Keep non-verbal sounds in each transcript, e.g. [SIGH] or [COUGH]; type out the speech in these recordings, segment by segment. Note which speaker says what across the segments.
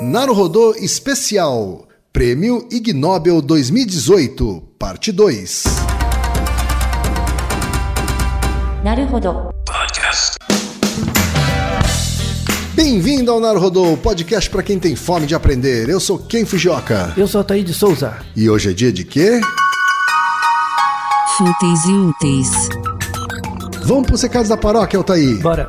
Speaker 1: Naruhodô Especial Prêmio Ig Nobel 2018, Parte 2.
Speaker 2: なるほど。
Speaker 1: Bem-vindo ao Naruhodô, podcast para quem tem fome de aprender. Eu sou Ken Fujioka.
Speaker 3: Eu sou Ataí de Souza.
Speaker 1: E hoje é dia de quê?
Speaker 4: Fúteis e úteis.
Speaker 1: Vamos pros recados da paróquia, Altaí.
Speaker 3: Bora,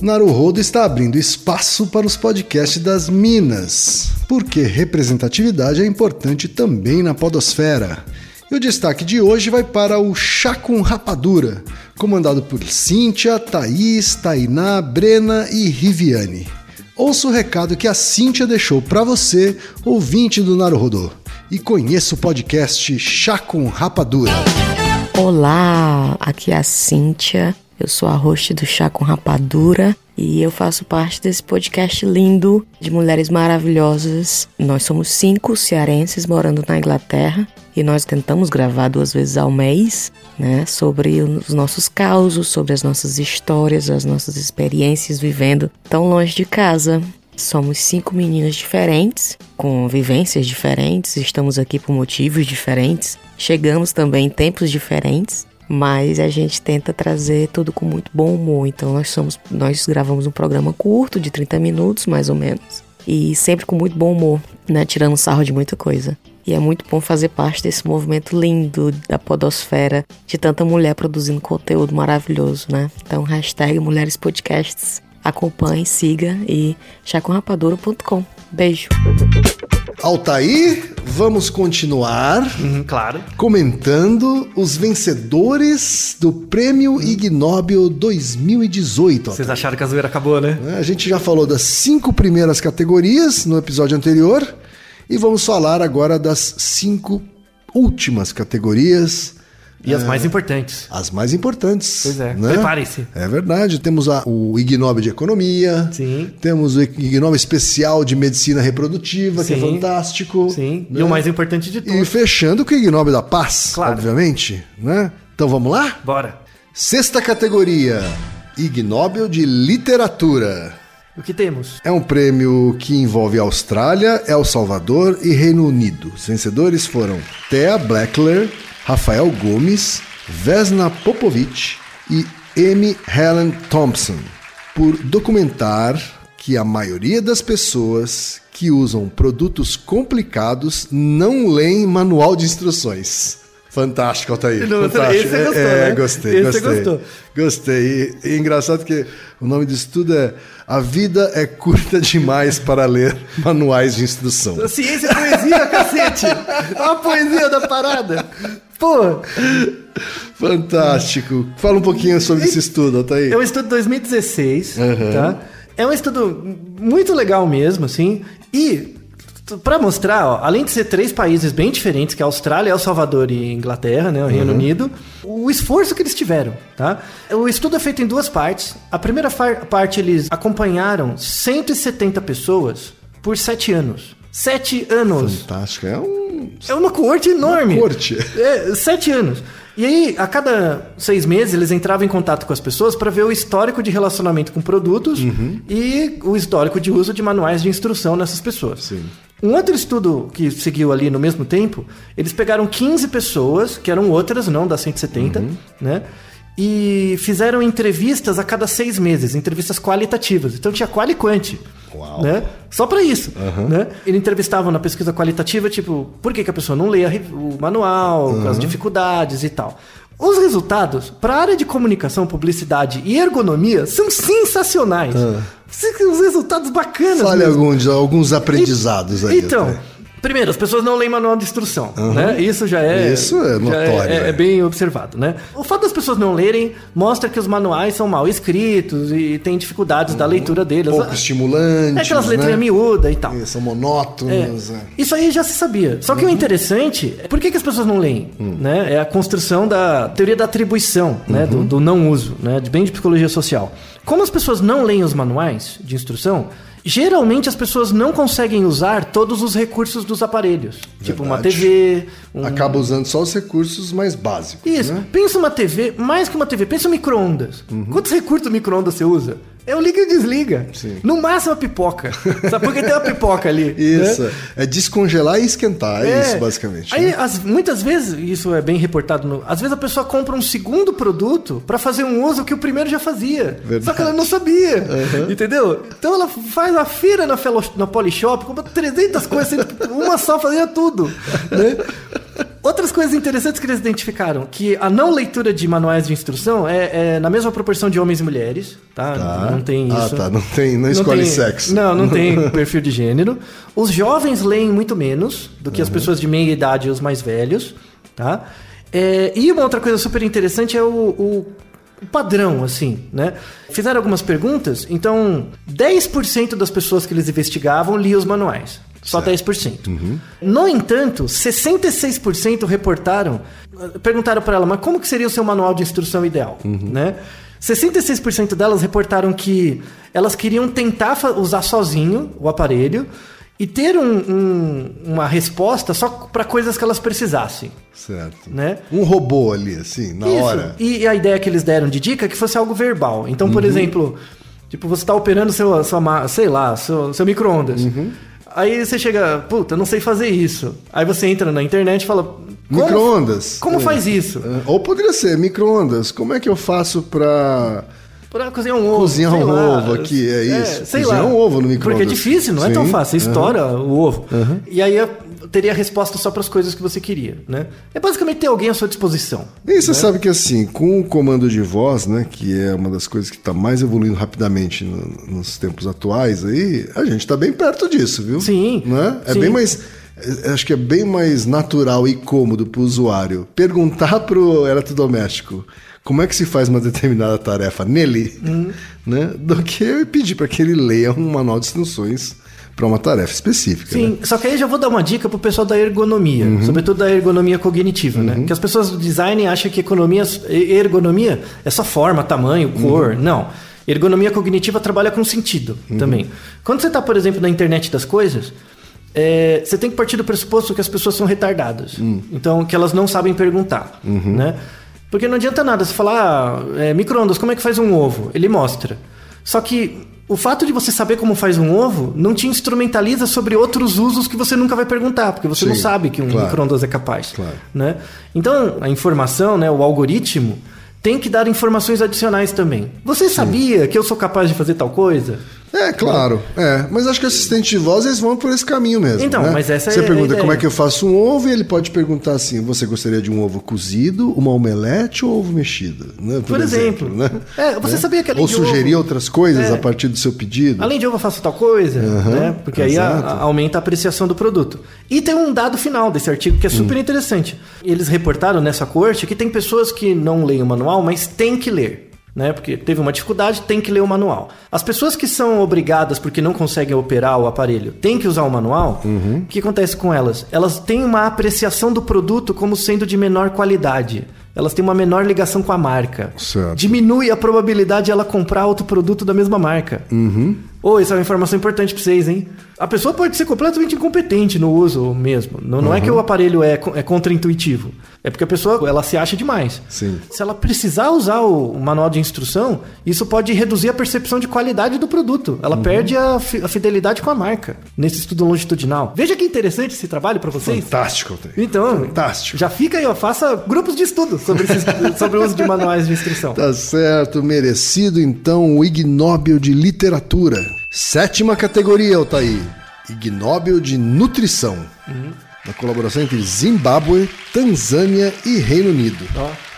Speaker 1: Naruhodo está abrindo espaço para os podcasts das Minas, porque representatividade é importante também na podosfera. E o destaque de hoje vai para o Chá com Rapadura, comandado por Cíntia, Thaís, Tainá, Brena e Riviane. Ouça o recado que a Cíntia deixou para você, ouvinte do Naruhodô. E conheça o podcast Chá com Rapadura.
Speaker 5: Olá, aqui é a Cíntia. Eu sou a host do Chá com Rapadura e eu faço parte desse podcast lindo de mulheres maravilhosas. Nós somos cinco cearenses morando na Inglaterra e nós tentamos gravar duas vezes ao mês, né, sobre os nossos causos, sobre as nossas histórias, as nossas experiências vivendo tão longe de casa. Somos cinco meninas diferentes, com vivências diferentes, estamos aqui por motivos diferentes, chegamos também em tempos diferentes, mas a gente tenta trazer tudo com muito bom humor. Então nós somos, nós gravamos um programa curto de 30 minutos, mais ou menos, e sempre com muito bom humor, né, tirando sarro de muita coisa. E é muito bom fazer parte desse movimento lindo da podosfera, de tanta mulher produzindo conteúdo maravilhoso, né? Então, hashtag Mulheres Podcasts. Acompanhe, siga e chacorrapadura.com. Beijo.
Speaker 1: Altaí, vamos continuar
Speaker 3: Uhum, claro.
Speaker 1: comentando os vencedores do Prêmio Ig Nobel 2018.
Speaker 3: Vocês acharam que a zoeira acabou, né?
Speaker 1: A gente já falou das cinco primeiras categorias no episódio anterior e vamos falar agora das cinco últimas categorias,
Speaker 3: E as mais importantes.
Speaker 1: as mais importantes.
Speaker 3: Pois é,
Speaker 1: né?
Speaker 3: preparem-se.
Speaker 1: É verdade, temos a- o Ig Nobel de Economia,
Speaker 3: Sim.
Speaker 1: temos o Ig Nobel Especial de Medicina Reprodutiva, que é
Speaker 3: Sim.
Speaker 1: fantástico.
Speaker 3: Sim.
Speaker 1: né?
Speaker 3: E o mais importante de tudo.
Speaker 1: E fechando com o Ig Nobel da Paz,
Speaker 3: Claro.
Speaker 1: obviamente, né? Então vamos lá?
Speaker 3: Bora.
Speaker 1: Sexta categoria, Ig Nobel de Literatura.
Speaker 3: O que temos?
Speaker 1: É um prêmio que envolve Austrália, El Salvador e Reino Unido. Os vencedores foram Thea Blackler, Rafael Gomes, Vesna Popovic e Amy Helen Thompson, por documentar que a maioria das pessoas que usam produtos complicados não leem manual de instruções. Fantástico, Altair.
Speaker 3: Não,
Speaker 1: fantástico.
Speaker 3: esse você gostou,
Speaker 1: é,
Speaker 3: né?
Speaker 1: gostei,
Speaker 3: Esse você
Speaker 1: gostei.
Speaker 3: gostou.
Speaker 1: Gostei. E, e engraçado que o nome disso tudo é A Vida é Curta Demais para Ler Manuais de Instrução.
Speaker 3: Ciência e poesia, cacete! [LAUGHS] A poesia da parada! Pô,
Speaker 1: Fantástico. Fala um pouquinho sobre esse estudo, tá aí.
Speaker 3: É um estudo de 2016, tá? É um estudo muito legal mesmo, assim. E t- pra mostrar, ó, além de ser três países bem diferentes, que é a Austrália, El Salvador e Inglaterra, né, o Reino Unido, o esforço que eles tiveram, tá? O estudo é feito em duas partes. A primeira far- parte eles acompanharam 170 pessoas por sete anos. Sete anos.
Speaker 1: Fantástico. É um.
Speaker 3: É uma coorte enorme.
Speaker 1: coorte.
Speaker 3: É, sete anos. E aí, a cada seis meses, eles entravam em contato com as pessoas para ver o histórico de relacionamento com produtos e o histórico de uso de manuais de instrução nessas pessoas. Um outro estudo que seguiu ali no mesmo tempo, eles pegaram 15 pessoas, que eram outras, não das 170, né? E fizeram entrevistas a cada seis meses, entrevistas qualitativas. Então tinha qual e quante.
Speaker 1: Uau.
Speaker 3: Né? Só pra isso, né? Ele entrevistava na pesquisa qualitativa, tipo, por que, que a pessoa não lê a re- o manual, as dificuldades e tal. Os resultados para a área de comunicação, publicidade e ergonomia são sensacionais. Sim, Os resultados bacanas.
Speaker 1: Fale
Speaker 3: mesmo.
Speaker 1: alguns, alguns aprendizados aí.
Speaker 3: Então,
Speaker 1: Altair.
Speaker 3: Primeiro, as pessoas não leem manual de instrução, né? Isso já é
Speaker 1: Isso é
Speaker 3: já
Speaker 1: notório,
Speaker 3: é,
Speaker 1: é.
Speaker 3: é bem observado, né? O fato das pessoas não lerem mostra que os manuais são mal escritos e tem dificuldades
Speaker 1: Uhum.
Speaker 3: da leitura deles.
Speaker 1: Pouco estimulante.
Speaker 3: É aquelas letrinhas miúdas e tal.
Speaker 1: É, São monótonas. é. Uhum.
Speaker 3: Isso aí já se sabia. Só que o interessante, é por que, que as pessoas não leem?
Speaker 1: Hum.
Speaker 3: Né? É a construção da teoria da atribuição, né?
Speaker 1: Uhum.
Speaker 3: do, do não uso, né? de bem de psicologia social. Como as pessoas não leem os manuais de instrução, geralmente as pessoas não conseguem usar todos os recursos dos aparelhos. Tipo uma
Speaker 1: Verdade.
Speaker 3: TV, um...
Speaker 1: Acaba usando só os recursos mais básicos.
Speaker 3: Isso.
Speaker 1: né? Uhum.
Speaker 3: Pensa uma TV, mais que uma TV, pensa um micro-ondas. Quantos recursos micro-ondas você usa? É o liga e desliga.
Speaker 1: Sim.
Speaker 3: No máximo
Speaker 1: [LAUGHS]
Speaker 3: a pipoca. Sabe porque tem uma pipoca ali? né?
Speaker 1: Isso. É descongelar e esquentar. É,
Speaker 3: É.
Speaker 1: isso, basicamente.
Speaker 3: Aí,
Speaker 1: né?
Speaker 3: as- muitas vezes, isso é bem reportado, no- às vezes a pessoa compra um segundo produto pra fazer um uso que o primeiro já fazia.
Speaker 1: Verdade.
Speaker 3: Só que ela não sabia. Entendeu? Então ela faz a feira na, Felo, na Polishop, compra 300 coisas, sendo que uma só fazia tudo. né? Outras coisas interessantes que eles identificaram, que a não leitura de manuais de instrução é, é na mesma proporção de homens e mulheres, tá?
Speaker 1: Tá.
Speaker 3: Não tem
Speaker 1: Ah,
Speaker 3: isso.
Speaker 1: tá. Não tem- não escolhe
Speaker 3: tem-
Speaker 1: sexo.
Speaker 3: Não, não
Speaker 1: [LAUGHS]
Speaker 3: tem perfil de gênero. Os jovens leem muito menos do
Speaker 1: Uhum.
Speaker 3: que as pessoas de meia idade e os mais velhos, tá? É, e uma outra coisa super interessante é o, o- o padrão, assim, né? Fizeram algumas perguntas, então 10% das pessoas que eles investigavam liam os manuais. Só 10%.
Speaker 1: Uhum.
Speaker 3: No entanto, 66% reportaram, perguntaram para ela, mas como que seria o seu manual de instrução ideal,
Speaker 1: Uhum.
Speaker 3: né? 66% delas reportaram que elas queriam tentar fa- usar sozinho o aparelho e ter um- um- uma resposta só para coisas que elas precisassem,
Speaker 1: Certo.
Speaker 3: né?
Speaker 1: Um robô ali, assim, na
Speaker 3: Isso.
Speaker 1: hora. Uhum.
Speaker 3: E a ideia que eles deram de dica é que fosse algo verbal. Então, por exemplo, tipo, você tá operando seu, sua, ma- sei lá, seu, seu micro-ondas.
Speaker 1: Uhum.
Speaker 3: Aí você chega, puta, não sei fazer isso. Aí você entra na internet e fala. como-
Speaker 1: Micro-ondas.
Speaker 3: Como
Speaker 1: É.
Speaker 3: faz isso?
Speaker 1: Ou poderia ser micro-ondas. Como é que eu faço pra.
Speaker 3: Pra cozinhar um ovo.
Speaker 1: Cozinhar
Speaker 3: sei
Speaker 1: um
Speaker 3: lá.
Speaker 1: ovo aqui, é isso.
Speaker 3: sei
Speaker 1: Cozinhar
Speaker 3: lá.
Speaker 1: um ovo no micro-ondas.
Speaker 3: Porque é difícil, não é
Speaker 1: Sim.
Speaker 3: tão fácil. Você
Speaker 1: Aham.
Speaker 3: estoura o ovo. E aí eu teria a resposta só para as coisas que você queria, né? É basicamente ter alguém à sua disposição.
Speaker 1: E você sabe que assim, com o comando de voz, né, que é uma das coisas que está mais evoluindo rapidamente no- nos tempos atuais, aí a gente está bem perto disso, viu?
Speaker 3: Sim,
Speaker 1: Né? É
Speaker 3: sim.
Speaker 1: bem mais, é- acho que é bem mais natural e cômodo para o usuário perguntar [LAUGHS] pro eletrodoméstico como é que se faz uma determinada tarefa nele,
Speaker 3: Uhum.
Speaker 1: né, do que pedir para que ele leia um manual de instruções para uma tarefa específica. né?
Speaker 3: Sim, só que aí já vou dar uma dica pro pessoal da ergonomia, sobretudo da ergonomia cognitiva, né? Que as pessoas do design acham que economia, ergonomia é só forma, tamanho, cor. Não. Ergonomia cognitiva trabalha com sentido também. Quando você tá, por exemplo, na internet das coisas, é, você tem que partir do pressuposto que as pessoas são retardadas. Então, que elas não sabem perguntar, né? Porque não adianta nada você falar, ah, é, micro-ondas, como é que faz um ovo? Ele mostra. Só que o fato de você saber como faz um ovo não te instrumentaliza sobre outros usos que você nunca vai perguntar, porque você
Speaker 1: Sim,
Speaker 3: não sabe que um
Speaker 1: claro.
Speaker 3: micro-ondas é capaz.
Speaker 1: Claro.
Speaker 3: Né? Então, a informação, né, o algoritmo, tem que dar informações adicionais também. Você sabia que eu sou capaz de fazer tal coisa?
Speaker 1: É, claro. É, mas acho que assistente de voz eles vão por esse caminho mesmo.
Speaker 3: Então,
Speaker 1: né?
Speaker 3: mas essa
Speaker 1: Você
Speaker 3: é a
Speaker 1: pergunta
Speaker 3: ideia.
Speaker 1: como é que eu faço um ovo e ele pode perguntar assim: você gostaria de um ovo cozido, uma omelete ou ovo mexido? Né? Por,
Speaker 3: Por exemplo.
Speaker 1: né?
Speaker 3: É, você
Speaker 1: Né?
Speaker 3: sabia que além
Speaker 1: Ou
Speaker 3: de
Speaker 1: sugerir
Speaker 3: ovo-
Speaker 1: outras coisas
Speaker 3: É.
Speaker 1: a partir do seu pedido?
Speaker 3: Além de ovo, eu faço tal coisa, né? Porque aí a-
Speaker 1: exato.
Speaker 3: a- aumenta a apreciação do produto. E tem um dado final desse artigo que é
Speaker 1: Hum.
Speaker 3: super interessante. Eles reportaram nessa corte que tem pessoas que não leem o manual, mas têm que ler. Né? Porque teve uma dificuldade, tem que ler o manual. As pessoas que são obrigadas porque não conseguem operar o aparelho, têm que usar o manual,
Speaker 1: Uhum.
Speaker 3: o que acontece com elas? Elas têm uma apreciação do produto como sendo de menor qualidade. Elas têm uma menor ligação com a marca.
Speaker 1: Certo.
Speaker 3: Diminui a probabilidade de ela comprar outro produto da mesma marca.
Speaker 1: Uhum.
Speaker 3: Ô, isso é uma informação importante pra vocês, hein? A pessoa pode ser completamente incompetente no uso mesmo. Não, não é
Speaker 1: Uhum.
Speaker 3: que o aparelho é, co- é contraintuitivo. É porque a pessoa ela se acha demais.
Speaker 1: Sim.
Speaker 3: Se ela precisar usar o, o manual de instrução, isso pode reduzir a percepção de qualidade do produto.
Speaker 1: Uhum.
Speaker 3: Ela perde a, fi- a fidelidade com a marca nesse estudo longitudinal. Veja que interessante esse trabalho pra vocês.
Speaker 1: Fantástico, Altair.
Speaker 3: Então,
Speaker 1: Fantástico.
Speaker 3: já fica aí, ó, faça grupos de estudo sobre, esses- [LAUGHS] sobre o uso de manuais de instrução.
Speaker 1: Tá certo, merecido então o Ig Nobel de Literatura. Sétima categoria, Altair. Ig Nobel de Nutrição.
Speaker 3: Hum.
Speaker 1: Na colaboração entre Zimbábue, Tanzânia e Reino Unido.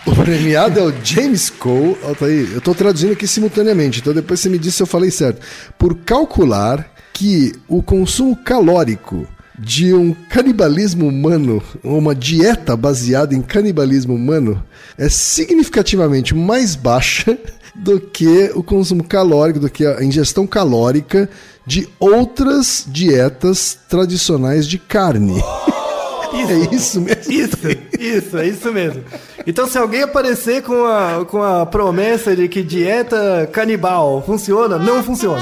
Speaker 1: O premiado é o James Cole. Altair, eu tô traduzindo aqui simultaneamente, então depois você me diz se eu falei certo. Por calcular que o consumo calórico de um canibalismo humano, uma dieta baseada em canibalismo humano, é significativamente mais baixa [LAUGHS] do que o consumo calórico, do que a ingestão calórica de outras dietas tradicionais de carne. É isso mesmo?
Speaker 3: [LAUGHS] Isso, isso, é isso mesmo. Então, se alguém aparecer com a, com a promessa de que dieta canibal funciona, não funciona.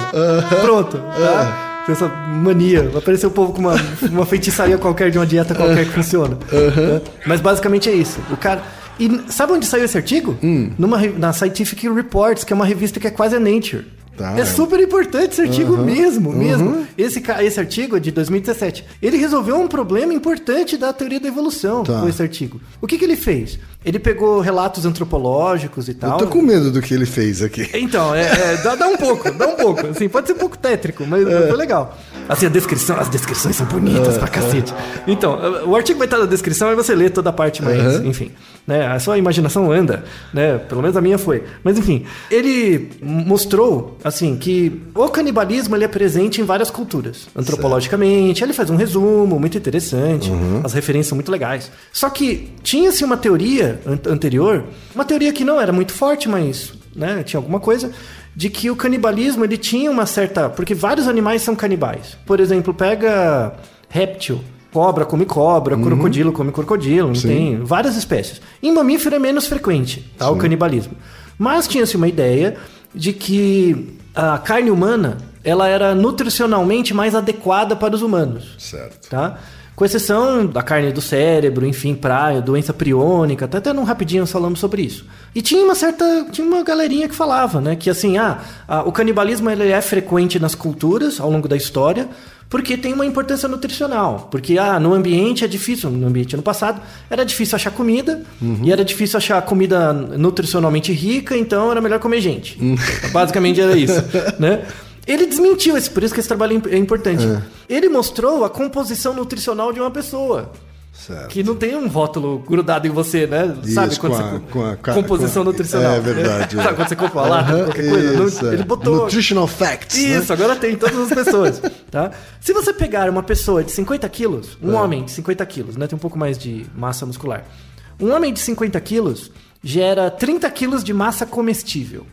Speaker 3: Pronto. Tá? Tem essa mania. Vai aparecer o povo com uma, uma feitiçaria qualquer de uma dieta qualquer que funciona. tá? Mas basicamente é isso. O cara. E sabe onde saiu esse artigo?
Speaker 1: Hum.
Speaker 3: Numa, re- na Scientific Reports, que é uma revista que é quase a Nature.
Speaker 1: Tá,
Speaker 3: é
Speaker 1: é.
Speaker 3: super importante esse artigo mesmo,
Speaker 1: Uhum.
Speaker 3: mesmo. Esse, ca- esse artigo é de 2017. Ele resolveu um problema importante da teoria da evolução
Speaker 1: Tá.
Speaker 3: com esse artigo. O que, que ele fez? Ele pegou relatos antropológicos e
Speaker 1: Eu
Speaker 3: tal.
Speaker 1: tô com medo do que ele fez aqui.
Speaker 3: Então, é, é, dá, dá um pouco, dá um pouco. Assim, pode ser um pouco tétrico, mas foi legal. Assim, a descrição, as descrições são bonitas pra cacete. Então, o artigo vai estar na descrição, aí você lê toda a parte, mas, enfim. Né, a sua imaginação anda, né? Pelo menos a minha foi. Mas, enfim, ele mostrou, assim, que o canibalismo, ele é presente em várias culturas. Antropologicamente, ele faz um resumo muito interessante, as referências são muito legais. Só que tinha-se uma teoria an- anterior, uma teoria que não era muito forte, mas né, tinha alguma coisa, de que o canibalismo ele tinha uma certa. Porque vários animais são canibais. Por exemplo, pega réptil. Cobra come cobra, crocodilo come crocodilo, não tem várias espécies. Em mamífero é menos frequente tá, o canibalismo. Mas tinha-se uma ideia de que a carne humana ela era nutricionalmente mais adequada para os humanos
Speaker 1: Certo.
Speaker 3: tá? Com exceção da carne do cérebro, enfim, praia, doença priônica, tá até num rapidinho falamos sobre isso. E tinha uma certa, tinha uma galerinha que falava, né, que assim, ah, ah, o canibalismo ele é frequente nas culturas ao longo da história, porque tem uma importância nutricional, porque ah, no ambiente é difícil, no ambiente no passado era difícil achar comida e era difícil achar comida nutricionalmente rica, então era melhor comer gente. Basicamente era isso, né? Ele desmentiu esse, por isso que esse trabalho é imp- é importante. Ele mostrou a composição nutricional de uma pessoa.
Speaker 1: Certo.
Speaker 3: Que não tem um rótulo grudado em você, né?
Speaker 1: Isso,
Speaker 3: Sabe quando
Speaker 1: com
Speaker 3: você.
Speaker 1: a- com a- com a-
Speaker 3: composição
Speaker 1: com a-
Speaker 3: nutricional.
Speaker 1: É verdade, é.
Speaker 3: [LAUGHS] Sabe quando você compra lá,
Speaker 1: Aham,
Speaker 3: qualquer coisa? Não-
Speaker 1: isso, é.
Speaker 3: Ele botou.
Speaker 1: Nutritional Facts. né?
Speaker 3: Isso, agora tem em todas as pessoas, tá? Se você pegar uma pessoa de 50 quilos, um
Speaker 1: É.
Speaker 3: homem de 50 quilos, né? Tem um pouco mais de massa muscular. Um homem de 50 quilos gera 30 quilos de massa comestível.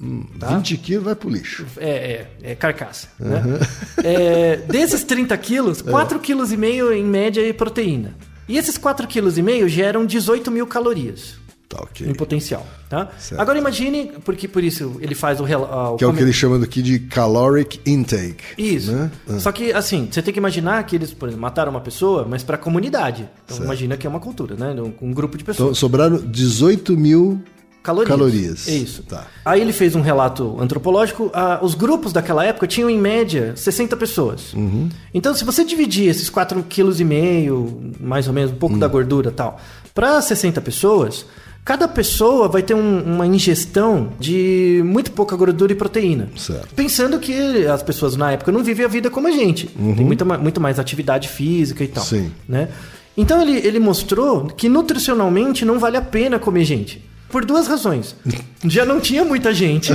Speaker 1: 20 Tá. quilos vai pro lixo.
Speaker 3: É, é, é carcaça. Né?
Speaker 1: Uhum.
Speaker 3: É, desses 30
Speaker 1: É.
Speaker 3: quilos, 4,5 kg em média é proteína. E esses 4,5 kg geram 18 mil calorias
Speaker 1: Tá ok.
Speaker 3: em potencial. Tá?
Speaker 1: Certo.
Speaker 3: Agora imagine, porque por isso ele faz o, rela- ah, o
Speaker 1: Que é o
Speaker 3: come-
Speaker 1: que ele chama aqui de caloric intake.
Speaker 3: Isso.
Speaker 1: né?
Speaker 3: Só que, assim, você tem que imaginar que eles, por exemplo, mataram uma pessoa, mas pra comunidade. Então imagina que é uma cultura, né? Um, um grupo de pessoas.
Speaker 1: Então sobraram 18 mil
Speaker 3: Calorias.
Speaker 1: calorias.
Speaker 3: É Isso.
Speaker 1: Tá.
Speaker 3: Aí ele fez um relato antropológico. ah, os grupos daquela época tinham, em média, 60 pessoas.
Speaker 1: Uhum.
Speaker 3: Então, se você dividir esses 4,5 kg, mais ou menos, um
Speaker 1: Hum.
Speaker 3: pouco da gordura e tal, para 60 pessoas, cada pessoa vai ter um- uma ingestão de muito pouca gordura e proteína.
Speaker 1: Certo.
Speaker 3: Pensando que as pessoas na época não vivem a vida como a gente.
Speaker 1: Uhum.
Speaker 3: Tem muita, ma- muito mais atividade física e tal.
Speaker 1: Sim.
Speaker 3: né? Então ele, ele mostrou que nutricionalmente não vale a pena comer gente. Por
Speaker 1: [LAUGHS]
Speaker 3: duas razões. Já não tinha muita gente.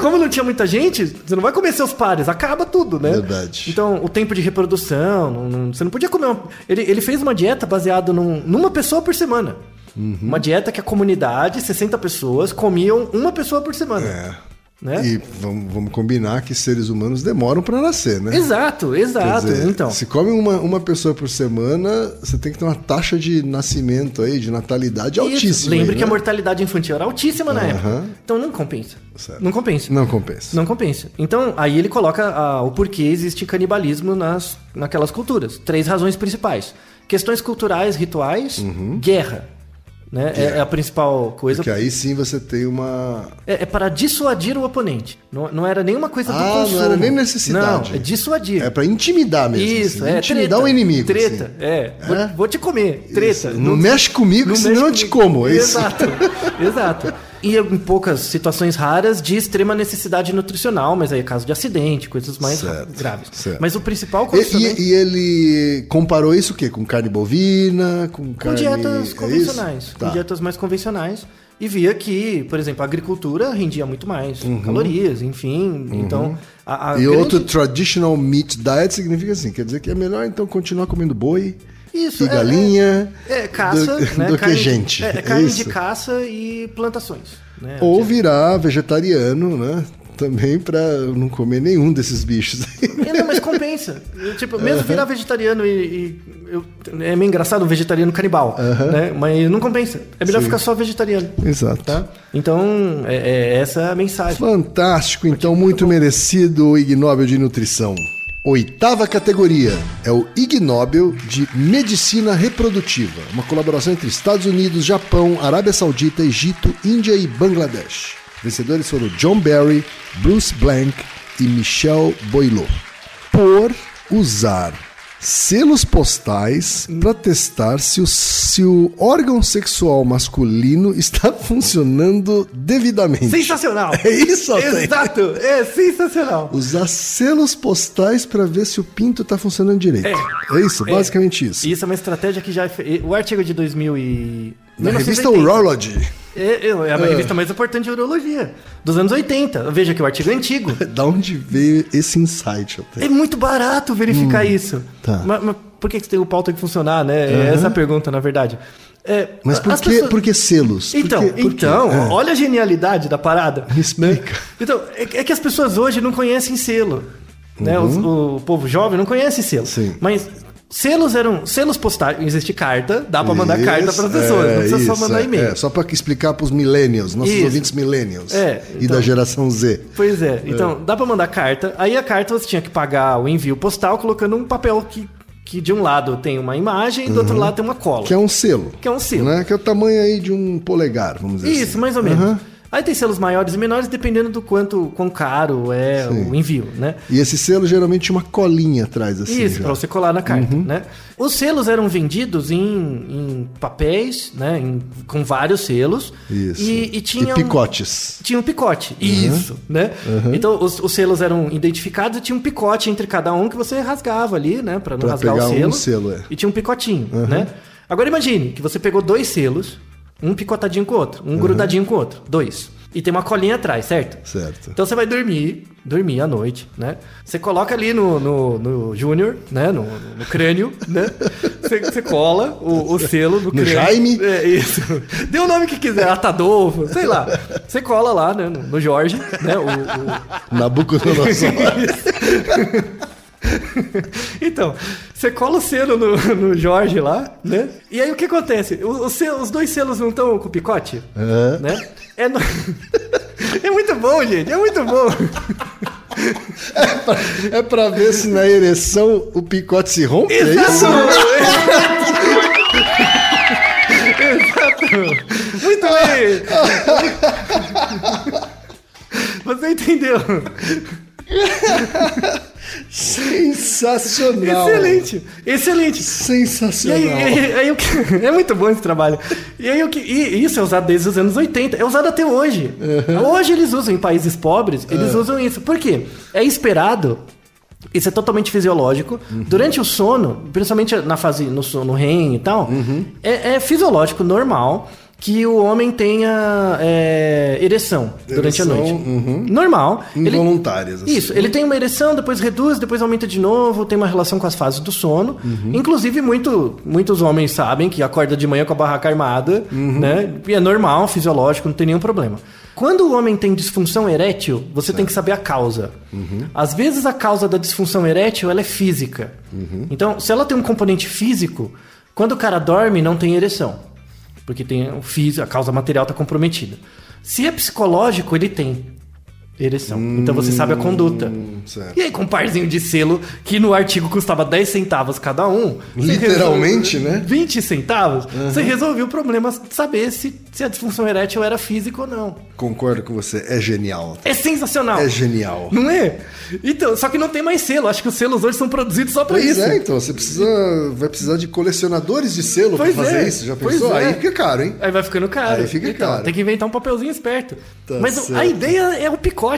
Speaker 3: Como não tinha muita gente, você não vai comer seus pares, acaba tudo, né?
Speaker 1: Verdade.
Speaker 3: Então, o tempo de reprodução, não- não- você não podia comer. uma- ele, ele fez uma dieta baseada num- numa pessoa por semana.
Speaker 1: Uhum.
Speaker 3: Uma dieta que a comunidade, 60 pessoas, comiam uma pessoa por semana.
Speaker 1: É.
Speaker 3: Né?
Speaker 1: E vamos, vamos combinar que seres humanos demoram para nascer, né?
Speaker 3: Exato,
Speaker 1: Quer
Speaker 3: exato.
Speaker 1: dizer,
Speaker 3: então.
Speaker 1: Se come uma, uma pessoa por semana, você tem que ter uma taxa de nascimento aí, de natalidade
Speaker 3: Isso.
Speaker 1: altíssima.
Speaker 3: Lembre
Speaker 1: aí,
Speaker 3: que a
Speaker 1: né?
Speaker 3: mortalidade infantil era altíssima na época. Então não compensa.
Speaker 1: Certo.
Speaker 3: Não compensa.
Speaker 1: Não compensa.
Speaker 3: Não compensa. Então, aí ele coloca ah, o porquê existe canibalismo nas, naquelas culturas. Três razões principais: questões culturais, rituais, guerra. Né? É- É, a principal coisa.
Speaker 1: Uhum. Porque aí sim você tem uma.
Speaker 3: É, é para dissuadir o oponente. Não, não era nenhuma coisa do
Speaker 1: Ah, não
Speaker 3: consumo.
Speaker 1: era nem necessidade.
Speaker 3: Não, é dissuadir.
Speaker 1: É para intimidar mesmo.
Speaker 3: Isso,
Speaker 1: assim,
Speaker 3: é
Speaker 1: intimidar
Speaker 3: treta,
Speaker 1: o inimigo.
Speaker 3: Treta,
Speaker 1: assim.
Speaker 3: é. Vou,
Speaker 1: É?
Speaker 3: vou te comer. Treta.
Speaker 1: [LAUGHS] Isso. Não mexe comigo, senão eu te como, é isso?
Speaker 3: Exato, exato. e em poucas situações raras de extrema necessidade nutricional, mas aí é caso de acidente, coisas mais
Speaker 1: Certo,
Speaker 3: graves.
Speaker 1: certo.
Speaker 3: Mas o principal
Speaker 1: E,
Speaker 3: condicionamento
Speaker 1: e- e ele comparou isso o quê? Com carne bovina, com
Speaker 3: com
Speaker 1: carne... é
Speaker 3: dietas
Speaker 1: isso?
Speaker 3: convencionais, com
Speaker 1: Tá.
Speaker 3: dietas mais convencionais e via que, por exemplo, a agricultura rendia muito mais calorias, enfim, então a, a
Speaker 1: Uhum. E
Speaker 3: grande-
Speaker 1: outro traditional meat diet significa assim, quer dizer que é melhor então continuar comendo boi
Speaker 3: Isso,
Speaker 1: e
Speaker 3: é-
Speaker 1: galinha
Speaker 3: é, é caça,
Speaker 1: do,
Speaker 3: né,
Speaker 1: do
Speaker 3: carne,
Speaker 1: que gente.
Speaker 3: é, é carne de
Speaker 1: Isso.
Speaker 3: caça e plantações, né?
Speaker 1: Ou virar vegetariano, né? Também pra não comer nenhum desses bichos.
Speaker 3: É, não, mas compensa. Eu, tipo, mesmo virar vegetariano e. e eu- é meio engraçado um vegetariano canibal. Né? Mas não compensa. É melhor ficar só vegetariano.
Speaker 1: [LAUGHS] Exato.
Speaker 3: Tá? Então, é, é essa a mensagem.
Speaker 1: Fantástico, então muito merecido o Ig Nobel de Nutrição. Oitava categoria é o Ig Nobel de Medicina Reprodutiva, uma colaboração entre Estados Unidos, Japão, Arábia Saudita, Egito, Índia e Bangladesh. Vencedores foram John Barry, Bruce Blank e Michel Boileau por usar selos postais para testar se o, se o órgão sexual masculino [LAUGHS] está funcionando devidamente.
Speaker 3: Sensacional!
Speaker 1: [LAUGHS] É isso, Altair?
Speaker 3: Exato! É sensacional!
Speaker 1: Usar selos postais pra ver se o pinto tá funcionando direito. É, isso, basicamente isso.
Speaker 3: Isso é uma estratégia que já. é fe- O artigo de 2000 e.
Speaker 1: Na revista Ah.
Speaker 3: 1980.
Speaker 1: Urology.
Speaker 3: É, é a revista mais importante de urologia. Dos anos 80. Veja que o artigo é antigo.
Speaker 1: Da onde veio esse insight,
Speaker 3: É
Speaker 1: Altair?
Speaker 3: muito barato verificar isso.
Speaker 1: tá.
Speaker 3: Mas, mas por que, que tem o pauta que funcionar, né? É essa a pergunta, na verdade. É,
Speaker 1: Mas por
Speaker 3: as
Speaker 1: que,
Speaker 3: pessoas-
Speaker 1: por que selos? Por
Speaker 3: Então,
Speaker 1: que- por que-
Speaker 3: então
Speaker 1: É.
Speaker 3: olha a genialidade
Speaker 1: [LAUGHS]
Speaker 3: da parada.
Speaker 1: Me explica.
Speaker 3: Então, é, é que as pessoas hoje não conhecem selo. Né? Os- O, povo jovem não conhece selo.
Speaker 1: Uhum. Sim.
Speaker 3: Mas selos eram. Selos postais. Existe carta, dá pra mandar carta para
Speaker 1: Isso,
Speaker 3: pessoas.
Speaker 1: é,
Speaker 3: não precisa só
Speaker 1: isso,
Speaker 3: mandar
Speaker 1: é,
Speaker 3: e-mail.
Speaker 1: É, só pra explicar pros millennials, nossos
Speaker 3: Isso.
Speaker 1: ouvintes millennials.
Speaker 3: É,
Speaker 1: E
Speaker 3: então.
Speaker 1: da geração Z.
Speaker 3: Pois é, então dá pra mandar carta. Aí a carta você tinha que pagar o envio postal colocando um papel que, que de um lado tem uma imagem e do outro lado tem uma cola.
Speaker 1: Que é um selo.
Speaker 3: Que é um selo.
Speaker 1: Né? Que é o tamanho aí de um polegar, vamos dizer
Speaker 3: Isso,
Speaker 1: assim.
Speaker 3: mais ou menos. Aí tem selos maiores e menores dependendo do quanto quão caro é
Speaker 1: Sim.
Speaker 3: o envio, né?
Speaker 1: E esse selo geralmente tinha uma colinha atrás, assim.
Speaker 3: Isso,
Speaker 1: já. Uhum.
Speaker 3: pra você colar na carta, né? Os selos eram vendidos em, em papéis, né? Em- com vários selos.
Speaker 1: Isso.
Speaker 3: E, e tinha
Speaker 1: E
Speaker 3: um-
Speaker 1: picotes.
Speaker 3: tinha um picote.
Speaker 1: Uhum.
Speaker 3: Isso, né? Então os, os selos eram identificados e tinha um picote entre cada um que você rasgava ali, né? Pra não
Speaker 1: Pra
Speaker 3: rasgar
Speaker 1: pegar
Speaker 3: o selo.
Speaker 1: um selo, é.
Speaker 3: E tinha um picotinho, né? Agora imagine que você pegou dois selos, um picotadinho com o outro,
Speaker 1: Uhum.
Speaker 3: um grudadinho com o outro, dois. E tem uma colinha atrás, certo?
Speaker 1: Certo.
Speaker 3: Então você vai dormir, dormir à noite, né? Você coloca ali no, no, no Júnior, né? No, no crânio,
Speaker 1: [LAUGHS]
Speaker 3: né? Você, você cola o, o selo no, crânio.
Speaker 1: Jaime?
Speaker 3: É isso. [LAUGHS] Dê o nome que quiser, Atadolfo, sei lá. Você cola lá, né? No, no Jorge, né? O- o,
Speaker 1: Nabucodonosor.
Speaker 3: Então, você cola o selo no, no Jorge lá, né? E aí o que acontece? O- o selo- os dois selos não estão com picote?
Speaker 1: É.
Speaker 3: Né? É, no- [LAUGHS] É muito bom, gente. É muito bom.
Speaker 1: [LAUGHS] é pra ver se na ereção o picote se rompe, é isso?
Speaker 3: [LAUGHS] Muito bem. Você entendeu?
Speaker 1: Sensacional.
Speaker 3: Excelente. Excelente. E aí,
Speaker 1: Sensacional.
Speaker 3: aí- aí o que- [LAUGHS] é muito bom esse trabalho. E aí o que e isso é usado desde os anos 80, é usado até hoje. Hoje eles usam em países pobres, eles usam isso. Por quê? É esperado. Isso é totalmente fisiológico.
Speaker 1: Uhum.
Speaker 3: Durante o sono, principalmente na fase no sono REM e tal,
Speaker 1: Uhum.
Speaker 3: é, é fisiológico, normal, que o homem tenha é, ereção, durante a
Speaker 1: Ereção,
Speaker 3: noite.
Speaker 1: uhum.
Speaker 3: Normal. Ele-
Speaker 1: Involuntárias. assim.
Speaker 3: isso, ele tem uma ereção, depois reduz, depois aumenta de novo, tem uma relação com as fases do sono.
Speaker 1: Uhum.
Speaker 3: Inclusive, muito, muitos homens sabem que acorda de manhã com a barraca armada,
Speaker 1: Uhum.
Speaker 3: né? E é normal, fisiológico, não tem nenhum problema. Quando o homem tem disfunção erétil, você tem que saber a causa.
Speaker 1: Uhum.
Speaker 3: Às vezes a causa da disfunção erétil ela é física.
Speaker 1: Uhum.
Speaker 3: Então, se ela tem um componente físico, quando o cara dorme, não tem ereção. tá Porque tem o físico, a causa material está comprometida. Se é psicológico, ele tem. ereção. então você sabe a conduta.
Speaker 1: Hum, certo.
Speaker 3: E aí, com um parzinho de selo, que no artigo custava 10 centavos cada um. você
Speaker 1: Literalmente,
Speaker 3: resolve-
Speaker 1: né?
Speaker 3: 20 centavos, você resolvia o problema de saber se, se a disfunção erétil era física ou não.
Speaker 1: Concordo com você, é genial.
Speaker 3: É sensacional.
Speaker 1: É genial.
Speaker 3: Não é? Então, só que não tem mais selo. Acho que os selos hoje são produzidos só pra
Speaker 1: Pois
Speaker 3: isso.
Speaker 1: é, então, você precisa. Vai precisar de colecionadores de selo
Speaker 3: Pois
Speaker 1: pra fazer
Speaker 3: é,
Speaker 1: isso. Já
Speaker 3: pois
Speaker 1: pensou?
Speaker 3: é.
Speaker 1: Aí fica caro, hein?
Speaker 3: Aí vai ficando caro.
Speaker 1: Aí fica
Speaker 3: Então,
Speaker 1: caro.
Speaker 3: Tem que inventar um papelzinho esperto.
Speaker 1: Tá
Speaker 3: Mas
Speaker 1: certo.
Speaker 3: a ideia é o picote.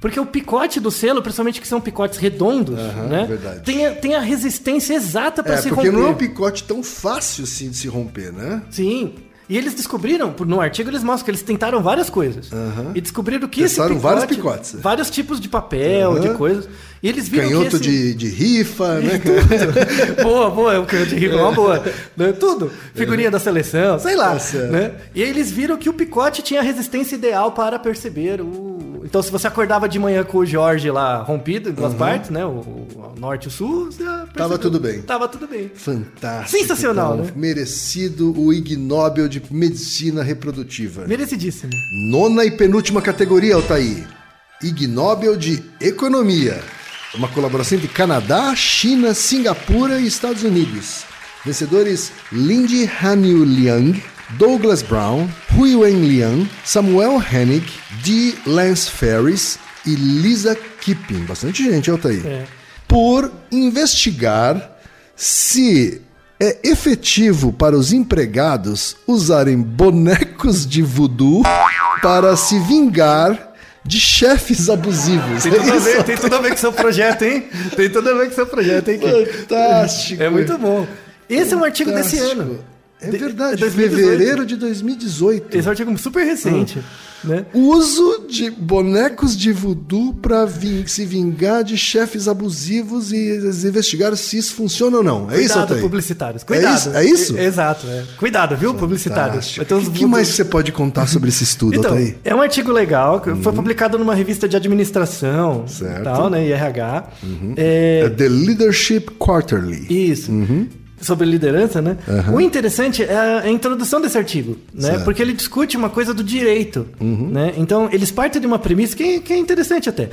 Speaker 3: Porque o picote do selo, principalmente que são picotes redondos, né?
Speaker 1: verdade.
Speaker 3: Tem, a, tem a resistência exata pra
Speaker 1: É,
Speaker 3: Então se
Speaker 1: porque
Speaker 3: romper.
Speaker 1: não é um picote tão fácil assim de se romper, né?
Speaker 3: Sim. E eles descobriram, por- no artigo eles mostram que eles tentaram várias coisas. E descobriram que
Speaker 1: Testaram
Speaker 3: esse picote,
Speaker 1: vários picotes.
Speaker 3: Vários tipos de papel,
Speaker 1: Aham.
Speaker 3: de coisas. E eles viram que
Speaker 1: Canhoto
Speaker 3: esse...
Speaker 1: de, de rifa,
Speaker 3: [LAUGHS]
Speaker 1: né?
Speaker 3: boa, boa, é um canhoto de rico, uma boa. né? Tudo. Figurinha da seleção, sei lá.
Speaker 1: Tá certo.
Speaker 3: né? E aí eles viram que o picote tinha a resistência ideal para perceber o. Então, se você acordava de manhã com o Jorge lá rompido em duas partes, né? O, o norte e o sul, você já percebeu.
Speaker 1: Uhum. tudo bem.
Speaker 3: Tava tudo bem.
Speaker 1: Fantástico. então,
Speaker 3: Sensacional, né?
Speaker 1: Merecido o Ig Nobel de Medicina Reprodutiva. [LAUGHS]
Speaker 3: Merecidíssimo.
Speaker 1: Nona e penúltima categoria, Altair. Ig Nobel de Economia. Uma colaboração entre Canadá, China, Singapura e Estados Unidos. Vencedores Lindy Hanyu Liang, Douglas Brown, Hui Wen Liang, Samuel Hennig, D. Lance Ferris e Lisa Kipping. Bastante gente, Altair.
Speaker 3: É.
Speaker 1: Por investigar se é efetivo para os empregados usarem bonecos de voodoo para se vingar de chefes abusivos.
Speaker 3: Tem tudo,
Speaker 1: É
Speaker 3: a
Speaker 1: isso?
Speaker 3: ver, tem tudo a ver com seu projeto, hein? Tem tudo a ver com seu projeto, hein, Kim?
Speaker 1: Fantástico.
Speaker 3: É muito bom. Esse é um artigo desse
Speaker 1: Fantástico.
Speaker 3: ano.
Speaker 1: É
Speaker 3: De-
Speaker 1: verdade,
Speaker 3: 2018.
Speaker 1: fevereiro de 2018.
Speaker 3: Esse é um artigo super recente,
Speaker 1: Hum.
Speaker 3: né?
Speaker 1: Uso de bonecos de voodoo para se vingar de chefes abusivos e eles investigar se isso funciona ou não. É isso,
Speaker 3: Cuidado,
Speaker 1: Altair?
Speaker 3: publicitários. Cuidado.
Speaker 1: isso? É isso?
Speaker 3: E- Exato, é. Cuidado, viu, publicitários?
Speaker 1: Fantástico.
Speaker 3: Vai ter uns-
Speaker 1: O que mais você pode contar sobre esse estudo,
Speaker 3: Então,
Speaker 1: Altair?
Speaker 3: é um artigo legal, que foi publicado numa revista de administração
Speaker 1: Uhum. Certo.
Speaker 3: e tal, né? IRH. É,
Speaker 1: É The Leadership Quarterly.
Speaker 3: Isso. Uhum. Sobre liderança, né? O interessante é a- a introdução desse artigo, né?
Speaker 1: Certo.
Speaker 3: Porque ele discute uma coisa do direito, né? Então, eles partem de uma premissa que, é- que é interessante até,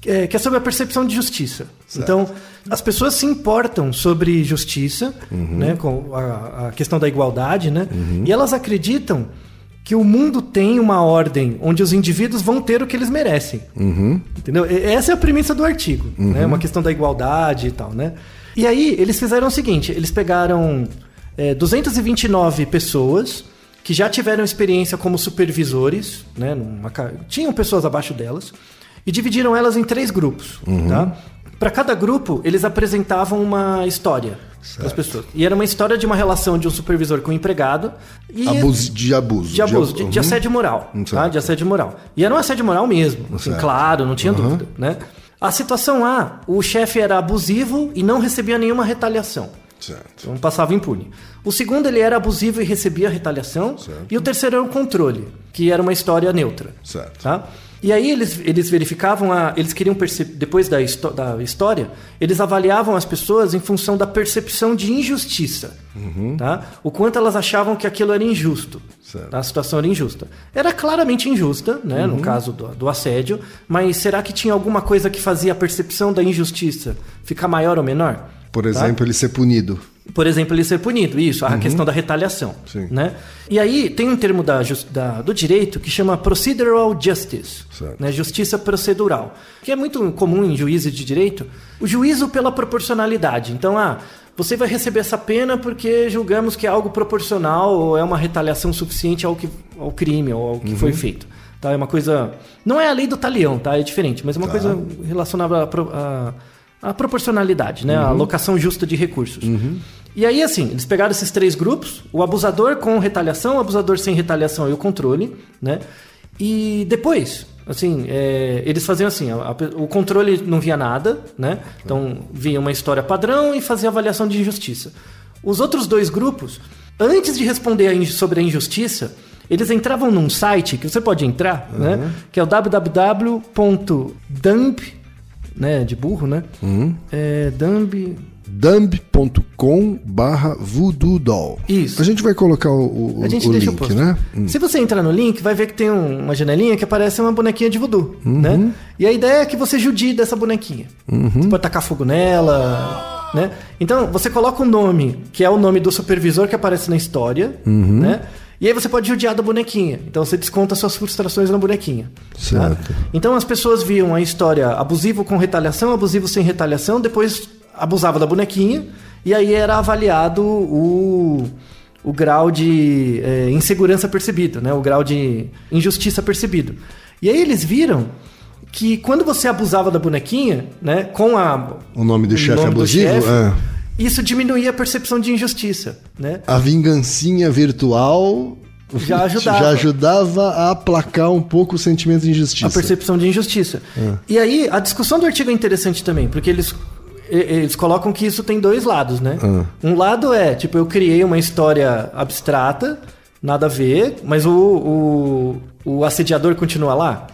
Speaker 3: que é, que é sobre a percepção de justiça. Então, as pessoas se importam sobre justiça, né? Com a, a questão da igualdade, né? E elas acreditam que o mundo tem uma ordem onde os indivíduos vão ter o que eles merecem. Entendeu? E- Essa é a premissa do artigo, né? Uma questão da igualdade e tal, né? E aí, eles fizeram o seguinte, eles pegaram é, 229 pessoas que já tiveram experiência como supervisores, né? numa ca- tinham pessoas abaixo delas, e dividiram elas em três grupos, tá? Para cada grupo, eles apresentavam uma história das pessoas. E era uma história de uma relação de um supervisor com um empregado. E
Speaker 1: Abuso, de abuso.
Speaker 3: de abuso, de, de
Speaker 1: uhum.
Speaker 3: assédio moral, tá?
Speaker 1: Certo.
Speaker 3: De assédio moral. E era um assédio moral mesmo, assim,
Speaker 1: Certo.
Speaker 3: claro, não tinha dúvida, né? A situação A, o chefe era abusivo e não recebia nenhuma retaliação.
Speaker 1: Certo.
Speaker 3: Então passava impune. O segundo, ele era abusivo e recebia retaliação.
Speaker 1: Certo.
Speaker 3: E o terceiro era o controle, que era uma história neutra.
Speaker 1: Certo.
Speaker 3: Tá? E aí eles, eles verificavam, a, eles queriam perceber, depois da, histó- da história, eles avaliavam as pessoas em função da percepção de injustiça. Tá? O quanto elas achavam que aquilo era injusto.
Speaker 1: Uhum. Certo. Uhum.
Speaker 3: A situação era injusta. Era claramente injusta, né, no caso do, do assédio, mas será que tinha alguma coisa que fazia a percepção da injustiça ficar maior ou menor?
Speaker 1: Por
Speaker 3: Tá?
Speaker 1: exemplo, ele ser punido.
Speaker 3: por exemplo, ele ser punido. Isso, a questão da retaliação.
Speaker 1: Sim.
Speaker 3: Né? E aí tem um termo da, jus- da- do direito que chama procedural justice,
Speaker 1: Certo.
Speaker 3: né? justiça procedural, que é muito comum em juízes de direito, o juízo pela proporcionalidade. Então, ah, você vai receber essa pena porque julgamos que é algo proporcional ou é uma retaliação suficiente ao, que, ao crime ou ao que foi feito. Tá? É uma coisa. Não é a lei do talião, tá? É diferente, mas é uma coisa relacionada à pro- à, à proporcionalidade, né? A alocação justa de recursos. E aí, assim, eles pegaram esses três grupos: o abusador com retaliação, o abusador sem retaliação e o controle, né? E depois, assim, é, eles faziam assim: a- a pe- o controle não via nada, né? Então via uma história padrão e fazia avaliação de injustiça. Os outros dois grupos, antes de responder a in- sobre a injustiça, eles entravam num site que você pode entrar, né? Que é o www.dump, né? De burro, né? É, dump.
Speaker 1: dumb.com/barra voodoodoll.
Speaker 3: Isso.
Speaker 1: A gente vai colocar o, o-
Speaker 3: A gente
Speaker 1: o
Speaker 3: deixa o
Speaker 1: link,
Speaker 3: post.
Speaker 1: né? Hum.
Speaker 3: Se você entrar no link, vai ver que tem um- uma janelinha que aparece uma bonequinha de voodoo,
Speaker 1: Uhum.
Speaker 3: né? E a ideia é que você judie dessa bonequinha. Você pode tacar fogo nela, né? Então, você coloca um nome, que é o nome do supervisor que aparece na história,
Speaker 1: Uhum.
Speaker 3: né? E aí você pode judiar da bonequinha. Então, você desconta suas frustrações na bonequinha. tá?
Speaker 1: Certo.
Speaker 3: Então, as pessoas viam a história abusivo com retaliação, abusivo sem retaliação, depois abusava da bonequinha, e aí era avaliado o o grau de eh, insegurança percebido, né? o grau de injustiça percebido. E aí eles viram que quando você abusava da bonequinha, né, com a
Speaker 1: O nome do chefe
Speaker 3: nome
Speaker 1: abusivo, é.
Speaker 3: isso diminuía a percepção de injustiça, né?
Speaker 1: A vingancinha virtual
Speaker 3: Já
Speaker 1: [LAUGHS]
Speaker 3: ajudava.
Speaker 1: já ajudava a aplacar um pouco o sentimento de injustiça.
Speaker 3: A percepção de injustiça. E aí, a discussão do artigo é interessante também, porque eles, e- eles colocam que isso tem dois lados, né?
Speaker 1: Hum.
Speaker 3: Um lado é, tipo, eu criei uma história abstrata, nada a ver, mas o, o, o assediador continua lá.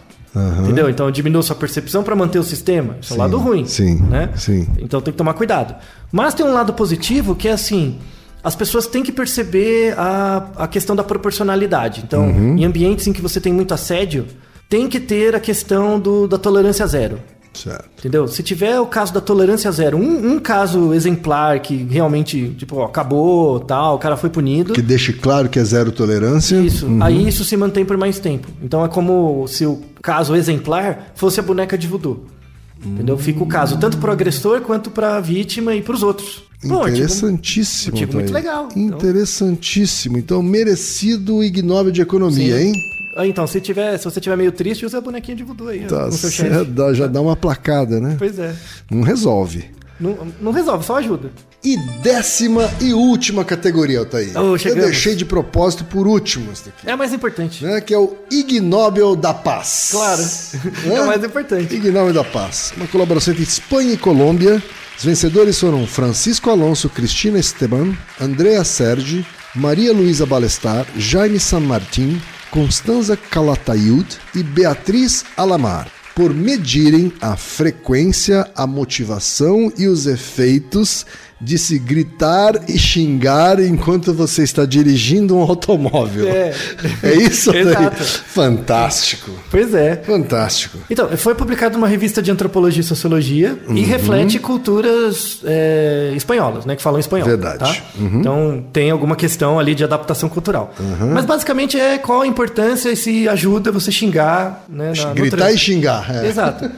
Speaker 3: Entendeu? Então eu diminuo sua percepção para manter o sistema. Isso é o lado ruim.
Speaker 1: sim,
Speaker 3: né?
Speaker 1: sim.
Speaker 3: Então tem que tomar cuidado. Mas tem um lado positivo que é assim. As pessoas têm que perceber a, a questão da proporcionalidade. Então,
Speaker 1: Uhum.
Speaker 3: em ambientes em que você tem muito assédio, tem que ter a questão do, da tolerância zero.
Speaker 1: Certo.
Speaker 3: Entendeu? Se tiver o caso da tolerância zero, um, um caso exemplar que realmente, tipo, ó, acabou, tal, o cara foi punido.
Speaker 1: Que deixe claro que é zero tolerância.
Speaker 3: Isso. Aí isso se mantém por mais tempo. Então é como se o caso exemplar fosse a boneca de voodoo. Entendeu? Fica o caso tanto pro agressor quanto pra vítima e pros outros. Bom, tipo,
Speaker 1: Interessantíssimo.
Speaker 3: artigo muito
Speaker 1: Thaís.
Speaker 3: legal, então.
Speaker 1: Interessantíssimo. Então, merecido o Ig Nobel de economia, hein?
Speaker 3: ah, então, se, tiver, se você tiver meio triste, usa a bonequinha de voodoo aí.
Speaker 1: Tá
Speaker 3: no seu
Speaker 1: certo.
Speaker 3: chefe.
Speaker 1: Dá- Já dá uma placada, né?
Speaker 3: Pois é.
Speaker 1: Não resolve.
Speaker 3: Não, não resolve, só ajuda.
Speaker 1: E décima e última categoria, Altair.
Speaker 3: Oh,
Speaker 1: Eu
Speaker 3: chegamos.
Speaker 1: deixei de propósito por último isso daqui.
Speaker 3: É a mais importante.
Speaker 1: né, que é o Ig Nobel da Paz.
Speaker 3: Claro. É o mais importante.
Speaker 1: Ig Nobel da Paz. Uma colaboração entre Espanha e Colômbia. Os vencedores foram Francisco Alonso, Cristina Esteban, Andrea Sergi, Maria Luísa Balestar, Jaime San Martín, Constanza Calatayud e Beatriz Alamar. Por medirem a frequência, a motivação e os efeitos de se gritar e xingar enquanto você está dirigindo um automóvel.
Speaker 3: É.
Speaker 1: É isso, Altair?
Speaker 3: Exato.
Speaker 1: Fantástico.
Speaker 3: Pois é.
Speaker 1: Fantástico.
Speaker 3: Então, foi publicado uma revista de antropologia e sociologia e
Speaker 1: Uhum.
Speaker 3: reflete culturas é, espanholas, né? Que falam espanhol.
Speaker 1: Verdade. Uhum.
Speaker 3: tá? Então, tem alguma questão ali de adaptação cultural. Mas, basicamente, é qual a importância e se ajuda você xingar, né? na- no
Speaker 1: Gritar e
Speaker 3: trânsito.
Speaker 1: xingar. é.
Speaker 3: Exato.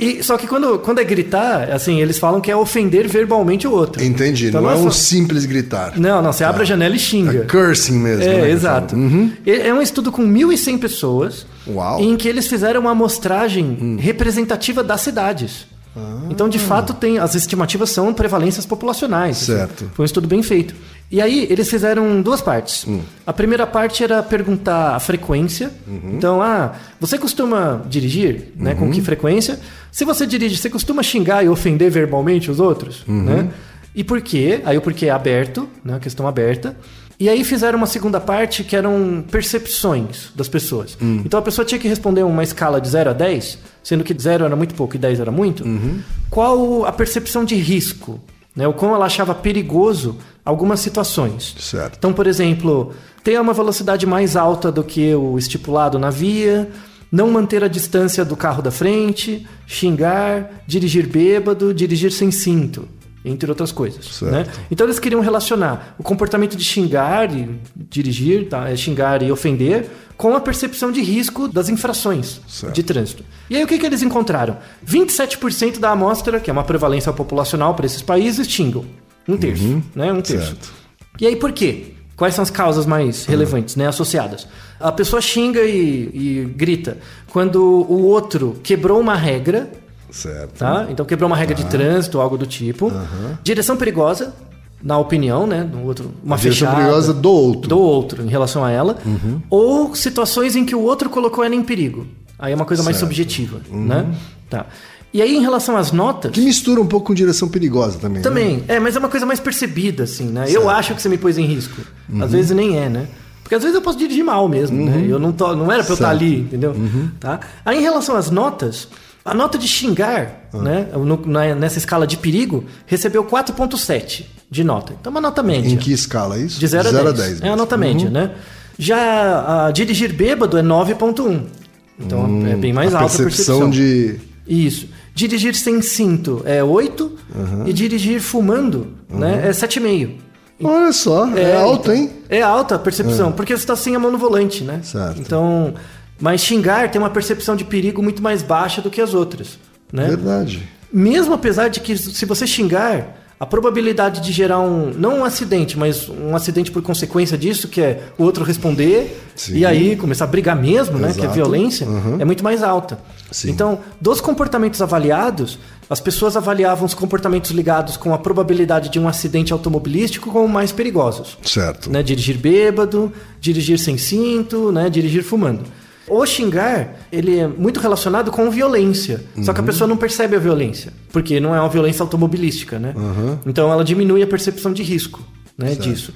Speaker 3: E, só que quando, quando é gritar, assim, eles falam que é ofender verbalmente o outro.
Speaker 1: Entendi.
Speaker 3: Então,
Speaker 1: não é um
Speaker 3: só-
Speaker 1: simples gritar.
Speaker 3: Não, não. Você abre a janela e xinga.
Speaker 1: É cursing mesmo. né,
Speaker 3: Né? É,
Speaker 1: que
Speaker 3: exato.
Speaker 1: fala.
Speaker 3: É é um estudo com 1.100 pessoas,
Speaker 1: Uau. Hum.
Speaker 3: em que eles fizeram uma amostragem representativa das cidades.
Speaker 1: Ah.
Speaker 3: Então, de fato, tem as estimativas são prevalências populacionais. assim.
Speaker 1: Certo.
Speaker 3: Foi um estudo bem feito. E aí, eles fizeram duas partes.
Speaker 1: Hum.
Speaker 3: A primeira parte era perguntar a frequência.
Speaker 1: Uhum.
Speaker 3: Então, ah, você costuma dirigir? Né? Com que frequência? Se você dirige, você costuma xingar e ofender verbalmente os outros?
Speaker 1: Uhum.
Speaker 3: Né? E por quê? Aí o porquê é aberto, né? Uma questão aberta. E aí fizeram uma segunda parte que eram percepções das pessoas. Então a pessoa tinha que responder uma escala de 0 a 10, sendo que 0 era muito pouco e 10 era muito. Qual a percepção de risco? Né? O quão ela achava perigoso algumas situações.
Speaker 1: Certo.
Speaker 3: Então, por exemplo, ter uma velocidade mais alta do que o estipulado na via, não manter a distância do carro da frente, xingar, dirigir bêbado, dirigir sem cinto, entre outras coisas.
Speaker 1: Certo.
Speaker 3: né? Então eles queriam relacionar o comportamento de xingar e dirigir, tá? É, xingar e ofender, com a percepção de risco das infrações
Speaker 1: Certo.
Speaker 3: de trânsito. E aí o que, que eles encontraram? 27% da amostra, que é uma prevalência populacional para esses países, xingam. Um terço,
Speaker 1: Uhum.
Speaker 3: né? Um terço.
Speaker 1: Certo. Uhum.
Speaker 3: E aí por quê? Quais são as causas mais relevantes, né, associadas? A pessoa xinga e, e grita quando o outro quebrou uma regra,
Speaker 1: Certo.
Speaker 3: tá? Então quebrou uma regra de trânsito, algo do tipo.
Speaker 1: Uhum.
Speaker 3: Direção perigosa, na opinião, né, do outro, uma
Speaker 1: Direção
Speaker 3: fechada
Speaker 1: perigosa do outro. Uhum.
Speaker 3: do outro em relação a ela, ou situações em que o outro colocou ela em perigo. Aí é uma coisa mais subjetiva,
Speaker 1: Uhum.
Speaker 3: né? Tá. E aí em relação às notas,
Speaker 1: Que mistura um pouco com direção perigosa também. né?
Speaker 3: também. É, mas é uma coisa mais percebida, assim, né? Eu acho que você me pôs em risco.
Speaker 1: Uhum.
Speaker 3: Às vezes nem é, né? Porque às vezes eu posso
Speaker 1: Uhum.
Speaker 3: Tá? dirigir mal mesmo, né? Eu não, tô, não era pra eu estar ali, entendeu? Tá? Aí em relação às notas, A nota de xingar,
Speaker 1: Ah.
Speaker 3: né, no- na- nessa escala de perigo, recebeu 4.7 de nota. Então, uma nota média.
Speaker 1: Em que escala é isso?
Speaker 3: De 0 a 10. é a
Speaker 1: mesmo. Uhum.
Speaker 3: nota média, né? Já a dirigir bêbado é 9.1. Então é bem mais
Speaker 1: Hum. a
Speaker 3: alta
Speaker 1: percepção,
Speaker 3: a percepção.
Speaker 1: de.
Speaker 3: Isso. Dirigir sem cinto é 8. E dirigir fumando né, é 7,5.
Speaker 1: Olha só, Uhum. é, alto,
Speaker 3: então.
Speaker 1: hein?
Speaker 3: É alta a percepção, porque você está sem a mão no volante, né?
Speaker 1: Certo.
Speaker 3: Então, mas xingar tem uma percepção de perigo muito mais baixa do que as outras, né?
Speaker 1: Verdade.
Speaker 3: Mesmo apesar de que se você xingar, a probabilidade de gerar um não um acidente, mas um acidente por consequência disso, que é o outro responder
Speaker 1: Sim.
Speaker 3: e aí começar a brigar mesmo, né, que é
Speaker 1: Exato. Uhum.
Speaker 3: violência, é muito mais alta.
Speaker 1: Sim.
Speaker 3: Então, dos comportamentos avaliados, as pessoas avaliavam os comportamentos ligados com a probabilidade de um acidente automobilístico como mais perigosos
Speaker 1: Certo.
Speaker 3: né? Dirigir bêbado, dirigir sem cinto, né? Dirigir fumando. O xingar, ele é muito relacionado com violência. Só
Speaker 1: Uhum.
Speaker 3: que a pessoa não percebe a violência, porque não é uma violência automobilística, né?
Speaker 1: Uhum.
Speaker 3: Então ela diminui a percepção de risco, né? Disso.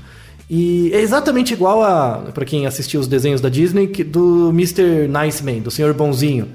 Speaker 3: E é exatamente igual a, para quem assistiu os desenhos da Disney, que- do Mr. Nice Man, do Senhor Bonzinho,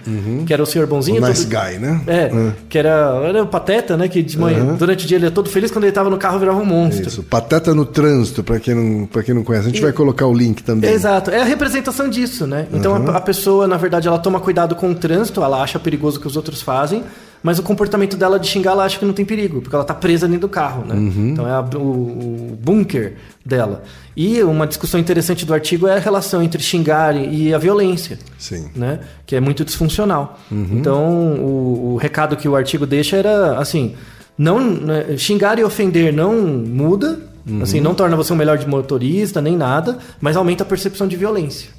Speaker 3: que era o Senhor Bonzinho.
Speaker 1: Uhum. O nice
Speaker 3: todo-
Speaker 1: guy, né?
Speaker 3: É, que era, era o Pateta, né? Que de manhã,
Speaker 1: Uhum.
Speaker 3: durante o dia ele é todo feliz, quando ele tava no carro virava um monstro.
Speaker 1: Isso. Pateta no trânsito, pra quem não, pra quem não conhece. A gente vai colocar o link também.
Speaker 3: Exato, é a representação disso, né? Então a, a pessoa, na verdade, ela toma cuidado com o trânsito, ela acha perigoso o que os outros fazem, mas o comportamento dela de xingar ela acha que não tem perigo, porque ela tá presa dentro do carro, né? Então é a- o, o bunker dela. E uma discussão interessante do artigo é a relação entre xingar e e a violência
Speaker 1: Sim. Uhum.
Speaker 3: né? Que é muito disfuncional. Então, o, o recado que o artigo deixa era assim: não né, xingar e ofender não muda,
Speaker 1: Uhum.
Speaker 3: assim, não torna você um melhor de motorista nem nada, mas aumenta a percepção de violência.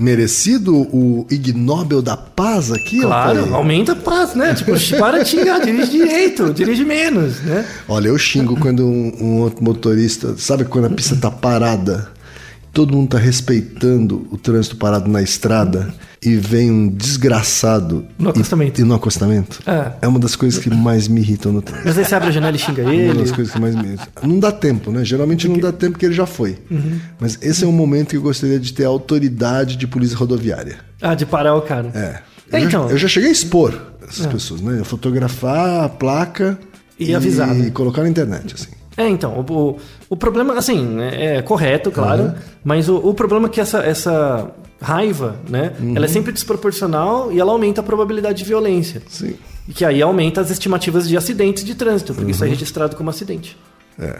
Speaker 1: Merecido o Ig Nobel da Paz aqui, eu
Speaker 3: Claro,
Speaker 1: falei.
Speaker 3: aumenta a
Speaker 1: [LAUGHS]
Speaker 3: paz, né? Tipo, para de xingar, dirige direito, dirige menos, né?
Speaker 1: Olha, eu xingo quando um, um outro motorista. Sabe quando a pista tá parada? Todo mundo tá respeitando o trânsito parado na estrada e vem um desgraçado.
Speaker 3: No
Speaker 1: e-
Speaker 3: acostamento.
Speaker 1: E, no acostamento.
Speaker 3: É.
Speaker 1: uma das coisas que mais me irritam no trânsito. É
Speaker 3: Mas aí você abre a janela e xinga
Speaker 1: Uma
Speaker 3: ele.
Speaker 1: das coisas que mais me irritam. Não dá tempo, né? Geralmente não dá tempo porque ele já foi.
Speaker 3: Uhum.
Speaker 1: Mas esse é um momento que eu gostaria de ter a autoridade de polícia rodoviária.
Speaker 3: Ah, de parar o cara.
Speaker 1: É.
Speaker 3: É,
Speaker 1: Eu,
Speaker 3: então. É.
Speaker 1: já, eu já cheguei a expor essas pessoas, né? Eu Fotografar a placa
Speaker 3: E avisar, né?
Speaker 1: e colocar na internet, assim.
Speaker 3: É, então, o, o, o problema, assim, é, é correto, claro,
Speaker 1: Uhum.
Speaker 3: mas o, o problema é que essa, essa raiva, né,
Speaker 1: Uhum.
Speaker 3: ela é sempre desproporcional e ela aumenta a probabilidade de violência.
Speaker 1: Sim.
Speaker 3: E que aí aumenta as estimativas de acidentes de trânsito, porque
Speaker 1: Uhum.
Speaker 3: isso é registrado como acidente. né?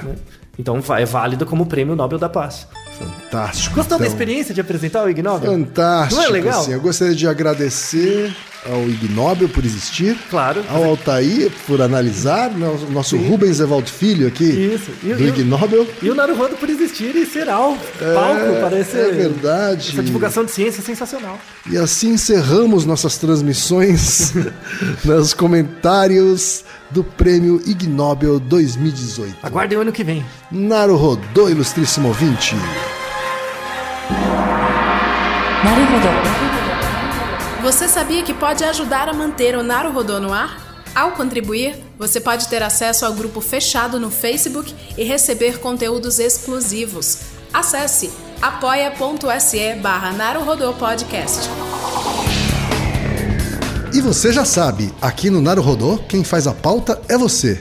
Speaker 3: Então vai- é válido como prêmio Nobel da Paz.
Speaker 1: Fantástico.
Speaker 3: Gostou da
Speaker 1: então.
Speaker 3: experiência de apresentar o Ig Nobel?
Speaker 1: Fantástico.
Speaker 3: Não é legal?
Speaker 1: assim. eu gostaria de agradecer ao Ignóbio por existir.
Speaker 3: Claro.
Speaker 1: Ao Altair por analisar. né? O nosso Rubens Evaldo Filho aqui.
Speaker 3: Isso. E-
Speaker 1: do
Speaker 3: e-
Speaker 1: Ignóbio.
Speaker 3: E o Naruhodo por existir e ser al- palco para esse,
Speaker 1: é verdade.
Speaker 3: essa divulgação de ciência sensacional.
Speaker 1: E assim encerramos nossas
Speaker 3: [LAUGHS]
Speaker 1: transmissões nos comentários do Prêmio Ignóbio 2018.
Speaker 3: Aguardem o ano que vem.
Speaker 1: Naruhodô, ilustríssimo ouvinte.
Speaker 2: なるほど。
Speaker 4: Você sabia que pode ajudar a manter o Naruhodô no ar? Ao contribuir, você pode ter acesso ao grupo fechado no Facebook e receber conteúdos exclusivos. Acesse apoia.se barra Naruhodô Podcast.
Speaker 1: E você já sabe, aqui no Naruhodô, quem faz a pauta é você.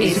Speaker 6: Esse